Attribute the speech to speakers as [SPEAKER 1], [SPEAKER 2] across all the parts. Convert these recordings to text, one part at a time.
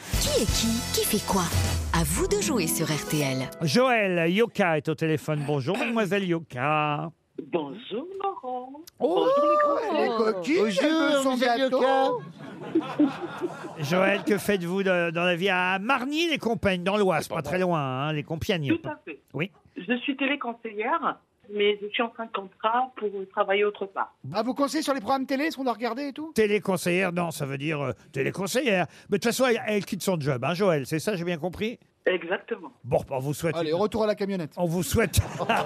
[SPEAKER 1] est qui Qui fait quoi À vous de jouer sur RTL.
[SPEAKER 2] Joël Yoka est au téléphone. Bonjour, mademoiselle Yoka.
[SPEAKER 3] Bonjour Laurent.
[SPEAKER 4] Oh, les coquilles, elles veulent son gâteau.
[SPEAKER 2] Joël, que faites-vous de- dans la vie à Marny, les compagnes Dans l'Oise, pas très loin, hein, les compagnes.
[SPEAKER 3] Tout à fait.
[SPEAKER 2] Oui.
[SPEAKER 3] Je suis téléconseillère, mais je suis en fin de contrat pour travailler autre part.
[SPEAKER 4] Ah, vous conseillez sur les programmes télé, ce qu'on doit regarder et tout
[SPEAKER 2] Téléconseillère, non, ça veut dire euh, téléconseillère. Mais de toute façon, elle, elle quitte son job, hein, Joël, c'est ça, j'ai bien compris
[SPEAKER 3] Exactement.
[SPEAKER 2] Bon, bah, on vous souhaite.
[SPEAKER 4] Allez, retour à la camionnette.
[SPEAKER 2] On vous souhaite.
[SPEAKER 4] Ah.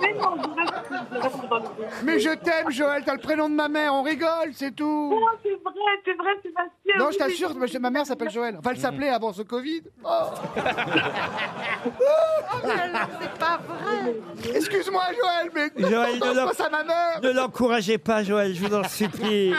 [SPEAKER 3] Mais non, je reste, je reste dans le
[SPEAKER 4] Mais je t'aime, Joël, t'as le prénom de ma mère, on rigole, c'est tout.
[SPEAKER 3] Oh, c'est vrai, c'est vrai, Sébastien.
[SPEAKER 4] Non,
[SPEAKER 3] oui,
[SPEAKER 4] je t'assure,
[SPEAKER 3] oui.
[SPEAKER 4] ma- ma mère s'appelle Joël. Enfin, elle s'appelait avant ce Covid. Oh, c'est pas vrai. Excuse-moi, Joël, mais.
[SPEAKER 2] Joël, ne
[SPEAKER 4] Pense
[SPEAKER 2] l'en-
[SPEAKER 4] pas à ma mère.
[SPEAKER 2] ne l'encouragez pas, Joël, je vous en supplie.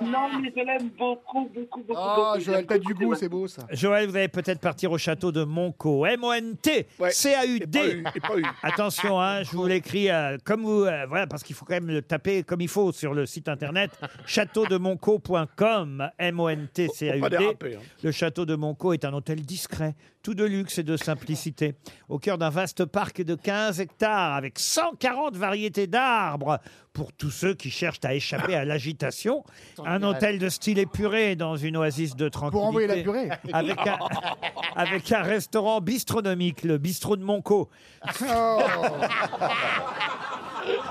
[SPEAKER 3] Non, mais je l'aime beaucoup, beaucoup, beaucoup.
[SPEAKER 4] Oh,
[SPEAKER 3] beaucoup.
[SPEAKER 4] Joël, t'as du goût, c'est beau ça.
[SPEAKER 2] Joël, vous allez peut-être partir au château de Monco.
[SPEAKER 5] Ouais.
[SPEAKER 2] M-O-N-T-C-A-U-D. Attention, hein, je vous l'écris euh, comme vous. euh, voilà, parce qu'il faut quand même le taper comme il faut sur le site internet châteaudemonco.com.
[SPEAKER 5] Faut pas
[SPEAKER 2] M-O-N-T-C-A-U-D.
[SPEAKER 5] déraper, hein.
[SPEAKER 2] Le château de Monco est un hôtel discret, tout de luxe et de simplicité, au cœur d'un vaste parc de 15 hectares avec 140 variétés d'arbres pour tous ceux qui cherchent à échapper à l'agitation. Un hôtel de style épuré dans une oasis de tranquillité.
[SPEAKER 4] Pour envoyer la purée.
[SPEAKER 2] Avec un, avec un restaurant bistronomique, le bistrot de Monco.
[SPEAKER 4] Oh.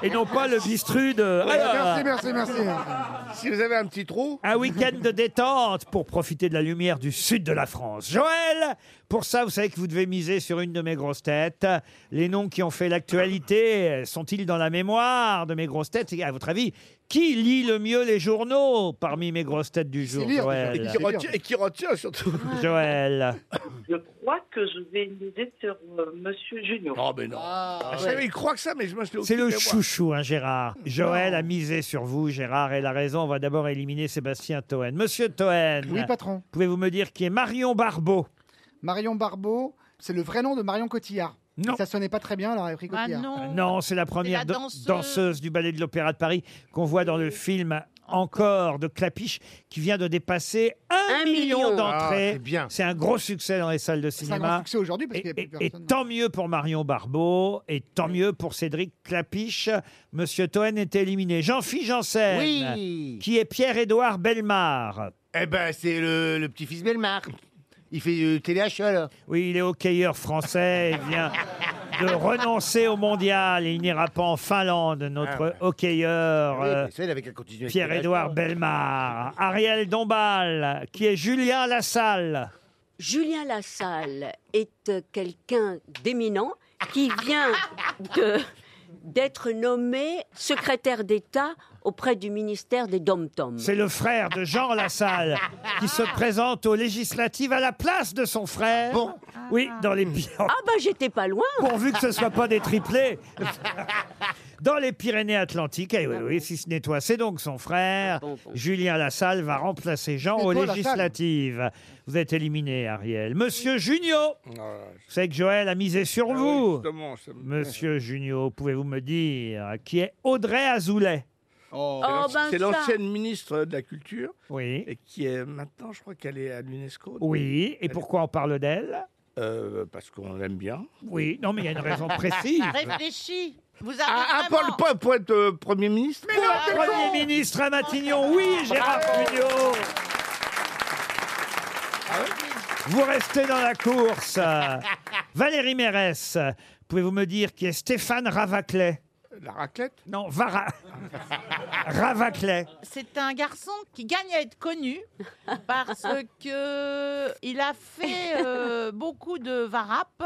[SPEAKER 2] Et non pas le bistrut de...
[SPEAKER 4] Merci, merci, merci.
[SPEAKER 5] Si vous avez un petit trou,
[SPEAKER 2] Un week-end de détente pour profiter de la lumière du sud de la France. Joël, pour ça, vous savez que vous devez miser sur une de mes grosses têtes. Les noms qui ont fait l'actualité euh, sont-ils dans la mémoire de mes grosses têtes Et à votre avis, qui lit le mieux les journaux parmi mes grosses têtes du jour,
[SPEAKER 4] lire,
[SPEAKER 2] Joël
[SPEAKER 4] déjà.
[SPEAKER 5] qui retient, et qui retient surtout.
[SPEAKER 2] Joël.
[SPEAKER 3] Je crois que je vais miser sur euh, Monsieur Junior.
[SPEAKER 5] Non, mais Ah, ben non. Je savais, il croit que ça, mais je me suis
[SPEAKER 2] C'est le
[SPEAKER 5] occupé, moi.
[SPEAKER 2] chouchou, hein, Gérard. Joël a misé sur vous, Gérard, et la raison. On va d'abord éliminer Sébastien Toen. Monsieur Toen,
[SPEAKER 4] Oui, patron.
[SPEAKER 2] pouvez-vous me dire qui est Marion Barbeau
[SPEAKER 4] Marion Barbeau, c'est le vrai nom de Marion Cotillard.
[SPEAKER 2] Non.
[SPEAKER 4] Ça sonnait pas très bien, alors elle a pris
[SPEAKER 6] Ah
[SPEAKER 4] Cotillard.
[SPEAKER 6] non.
[SPEAKER 2] Non, c'est la première
[SPEAKER 6] la
[SPEAKER 2] dan- danseuse.
[SPEAKER 6] danseuse.
[SPEAKER 2] du ballet de l'Opéra de Paris qu'on voit dans le film Encore de Clapiche, qui vient de dépasser un
[SPEAKER 6] Un
[SPEAKER 2] million,
[SPEAKER 6] million.
[SPEAKER 2] d'entrées.
[SPEAKER 5] Ah, c'est bien.
[SPEAKER 2] C'est un gros succès dans les salles de
[SPEAKER 4] C'est un grand
[SPEAKER 2] cinéma.
[SPEAKER 4] succès aujourd'hui parce
[SPEAKER 2] Et,
[SPEAKER 4] qu'il n'y a
[SPEAKER 2] et-
[SPEAKER 4] plus
[SPEAKER 2] et
[SPEAKER 4] personne.
[SPEAKER 2] tant mieux pour Marion Barbeau, et tant mieux pour Cédric Clapiche. Monsieur Toen est éliminé. Jean-Philippe Janssen,
[SPEAKER 7] Oui.
[SPEAKER 2] qui est Pierre-Édouard Bellemare.
[SPEAKER 7] Eh ben, c'est le, le petit-fils Belmar. Il fait du téléachat, là.
[SPEAKER 2] Oui, il est hockeyeur français. Il vient de renoncer au mondial. Il n'ira pas en Finlande, notre
[SPEAKER 7] Ah ouais.
[SPEAKER 2] hockeyeur.
[SPEAKER 7] Oui,
[SPEAKER 2] euh,
[SPEAKER 7] mais ça, il avait qu'à continuer.
[SPEAKER 2] Pierre-Édouard Bellemare, Ariel Dombal, qui est Julien Lassalle.
[SPEAKER 8] Julien Lassalle est euh, quelqu'un d'éminent qui vient de- d'être nommé secrétaire d'État auprès du ministère des Dom-Tom.
[SPEAKER 2] C'est le frère de Jean Lassalle qui se présente aux législatives à la place de son frère.
[SPEAKER 7] Ah Bon.
[SPEAKER 2] Oui, dans les Pyrénées.
[SPEAKER 8] Ah bah j'étais pas loin
[SPEAKER 2] Pourvu que ce soit pas des triplés. Dans les Pyrénées-Atlantiques, eh oui, oui, si ce n'est toi, c'est donc son frère. Julien Lassalle va remplacer Jean
[SPEAKER 4] Et
[SPEAKER 2] aux
[SPEAKER 4] toi, Lassalle
[SPEAKER 2] législatives. Vous êtes éliminé, Ariel. Monsieur Junio,
[SPEAKER 5] Ah,
[SPEAKER 2] vous savez que Joël a misé sur vous.
[SPEAKER 5] justement, ça me-
[SPEAKER 2] Monsieur Junio, pouvez-vous me dire qui est Audrey Azoulay
[SPEAKER 8] Oh, ben
[SPEAKER 5] C'est
[SPEAKER 8] ça.
[SPEAKER 5] l'ancienne ministre de la Culture,
[SPEAKER 2] Oui.
[SPEAKER 5] et qui est maintenant, je crois qu'elle est à l'UNESCO.
[SPEAKER 2] Oui. Et pourquoi on parle d'elle
[SPEAKER 5] Euh, parce qu'on l'aime bien.
[SPEAKER 2] Oui. Non, mais il y a une raison précise.
[SPEAKER 6] Réfléchis. Vous avez
[SPEAKER 5] Ah, ah,
[SPEAKER 6] vraiment-
[SPEAKER 5] Paul, Paul, pour être euh, Premier ministre
[SPEAKER 2] Mais le Premier ministre à Matignon, oui, Gérard Junio.
[SPEAKER 4] Ah
[SPEAKER 2] Vous restez dans la course. Valérie Mérès, pouvez-vous me dire qui est Stéphane Ravaclet
[SPEAKER 5] La raclette
[SPEAKER 2] Non, Vara. Ravaclet.
[SPEAKER 6] C'est un garçon qui gagne à être connu parce que il a fait euh, beaucoup de varap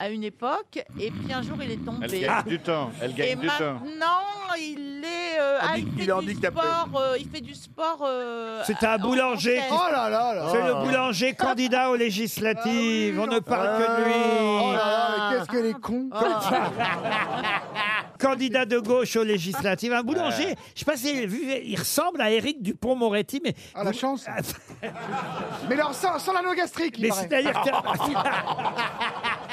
[SPEAKER 6] à une époque et puis un jour il est tombé.
[SPEAKER 9] du temps. Elle
[SPEAKER 6] Et maintenant, il est. euh, ah, il,
[SPEAKER 5] Handic-
[SPEAKER 6] fait
[SPEAKER 5] il est
[SPEAKER 6] du
[SPEAKER 5] handicapé.
[SPEAKER 6] sport, euh, il fait du sport. euh,
[SPEAKER 2] C'est un
[SPEAKER 6] en-
[SPEAKER 2] boulanger
[SPEAKER 6] en
[SPEAKER 2] qui-
[SPEAKER 4] Oh Ah là là là
[SPEAKER 2] C'est le boulanger candidat aux législatives. On ne parle que de
[SPEAKER 4] Oh
[SPEAKER 2] lui.
[SPEAKER 4] là
[SPEAKER 6] Ah.
[SPEAKER 4] là, mais qu'est-ce qu'elle est con
[SPEAKER 2] Candidat de gauche aux législatives. Un boulanger, je ne sais pas si vous avez vu, il ressemble à Éric Dupont-Moretti, mais.
[SPEAKER 4] Ah, la chance. Mais alors, sans, sans l'anneau gastrique, il
[SPEAKER 2] Mais
[SPEAKER 4] paraît.
[SPEAKER 2] c'est-à-dire que-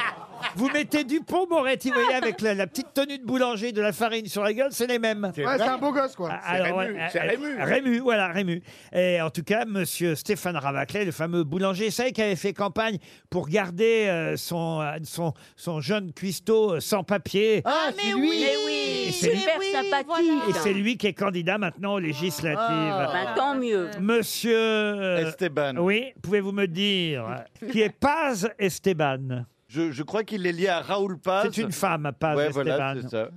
[SPEAKER 2] Vous mettez Dupont-Moretti, vous voyez, avec la, la petite tenue de boulanger, de la farine sur la gueule, c'est les mêmes.
[SPEAKER 5] C'est
[SPEAKER 4] Ouais, c'est
[SPEAKER 5] vrai.
[SPEAKER 4] un beau gosse, quoi.
[SPEAKER 2] Ah, alors,
[SPEAKER 5] Rému,
[SPEAKER 2] ouais,
[SPEAKER 5] c'est
[SPEAKER 2] euh,
[SPEAKER 5] Rému.
[SPEAKER 2] Rému, voilà, Rému. Et en tout cas, monsieur Stéphane Ravaclet, le fameux boulanger, c'est qui avait fait campagne pour garder euh, son, euh, son, son jeune cuistot euh, sans papier.
[SPEAKER 6] Ah, mais
[SPEAKER 4] c'est
[SPEAKER 6] oui,
[SPEAKER 4] lui.
[SPEAKER 8] Mais oui,
[SPEAKER 2] Et c'est lui.
[SPEAKER 8] super
[SPEAKER 6] Mais oui,
[SPEAKER 8] sympathique.
[SPEAKER 6] voilà.
[SPEAKER 2] Et c'est lui qui est candidat maintenant aux législatives.
[SPEAKER 4] Ah.
[SPEAKER 8] Bah, tant mieux.
[SPEAKER 2] Monsieur. euh,
[SPEAKER 9] Esteban.
[SPEAKER 2] oui, pouvez-vous me dire qui est Paz Esteban
[SPEAKER 9] Je, je crois qu'il est lié à Raoul Paz.
[SPEAKER 2] C'est une femme, Paz
[SPEAKER 9] Ouais,
[SPEAKER 2] Esteban.
[SPEAKER 9] voilà, c'est ça.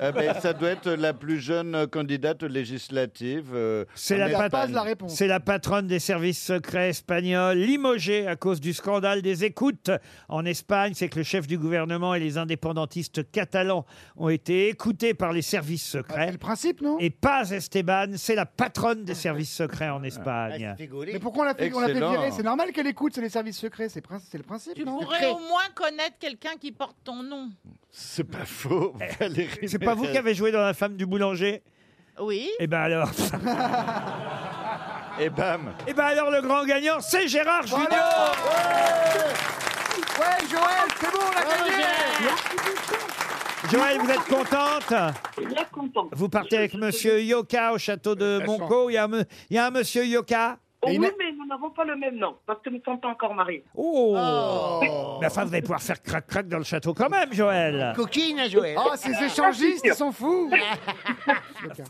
[SPEAKER 9] Euh, ben, ça doit être la plus jeune candidate législative.
[SPEAKER 2] C'est
[SPEAKER 4] Il
[SPEAKER 2] la
[SPEAKER 4] n'y a
[SPEAKER 2] patte-
[SPEAKER 4] pas de Ah, la réponse.
[SPEAKER 2] C'est la patronne des services secrets espagnols, limogée à cause du scandale des écoutes en Espagne. C'est que le chef du gouvernement et les indépendantistes catalans ont été écoutés par les services
[SPEAKER 4] Ah, C'est
[SPEAKER 2] secrets.
[SPEAKER 4] le principe, non
[SPEAKER 2] Et Paz Esteban, c'est la patronne des services secrets
[SPEAKER 9] Ah,
[SPEAKER 2] en Espagne.
[SPEAKER 4] Mais pourquoi on l'a fait, on l'a fait
[SPEAKER 9] Excellent.
[SPEAKER 4] virer C'est normal qu'elle écoute, c'est les services secrets, c'est prin- c'est le principe,
[SPEAKER 6] Tu
[SPEAKER 4] non
[SPEAKER 6] pourrais au moins connaître quelqu'un qui porte ton nom.
[SPEAKER 9] C'est pas faux, Valérie.
[SPEAKER 2] Eh, C'est pas vous qui avez joué dans La femme du boulanger
[SPEAKER 6] Oui.
[SPEAKER 2] Eh ben alors,
[SPEAKER 9] Et bam
[SPEAKER 2] eh ben alors le grand gagnant, c'est Gérard Junior.
[SPEAKER 4] Ouais, Joël, c'est bon, on l'a gagné
[SPEAKER 2] Joël, vous êtes contente
[SPEAKER 3] Je suis bien contente.
[SPEAKER 2] Vous partez avec
[SPEAKER 3] Je- je-
[SPEAKER 2] Monsieur Yoka au château de
[SPEAKER 5] Vincent.
[SPEAKER 2] Monco. Il y a un, me- il y a un Monsieur Yoka.
[SPEAKER 3] Oh, oui,
[SPEAKER 4] Et il a-
[SPEAKER 3] mais nous n'avons pas le même nom, parce que nous ne sommes pas encore mariés.
[SPEAKER 2] Oh, Mais enfin, vous allez pouvoir faire crac-crac dans le château quand même, Joël
[SPEAKER 7] Coquine, hein, Joël.
[SPEAKER 5] Ah,
[SPEAKER 4] Oh, ces échangistes, ils sont fous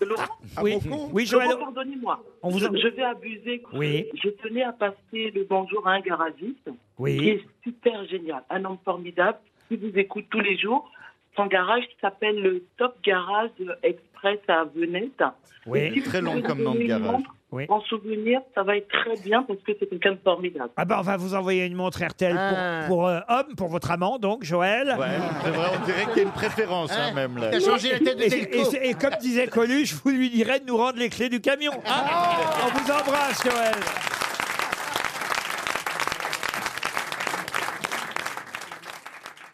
[SPEAKER 3] Laurent,
[SPEAKER 2] Oui, oui Joël,
[SPEAKER 3] Laurent, pardonnez-moi.
[SPEAKER 2] on vous...
[SPEAKER 3] Je, je vais abuser.
[SPEAKER 2] Oui.
[SPEAKER 3] Je tenais à passer le bonjour à un garagiste qui
[SPEAKER 2] Oui,
[SPEAKER 3] est super génial, un homme formidable qui vous écoute tous les jours. Son garage s'appelle le Top Garage Express à Venette.
[SPEAKER 2] oui.
[SPEAKER 9] Très long comme nom de
[SPEAKER 3] Une
[SPEAKER 9] garage.
[SPEAKER 3] montre
[SPEAKER 2] Oui.
[SPEAKER 3] En souvenir, ça va être très bien parce que c'est quelqu'un de formidable.
[SPEAKER 2] Ah ben, on va vous envoyer une montre RTL pour, pour, euh, homme, pour votre amant, donc, Joël.
[SPEAKER 9] Ouais, c'est vrai, on dirait qu'il y a une préférence, hein, même là.
[SPEAKER 7] T'as changé la tête de
[SPEAKER 2] Et, et-
[SPEAKER 7] Delco.
[SPEAKER 2] et- et comme disait Coluche, vous lui direz de nous rendre les clés du camion. hein. on vous embrasse, Joël.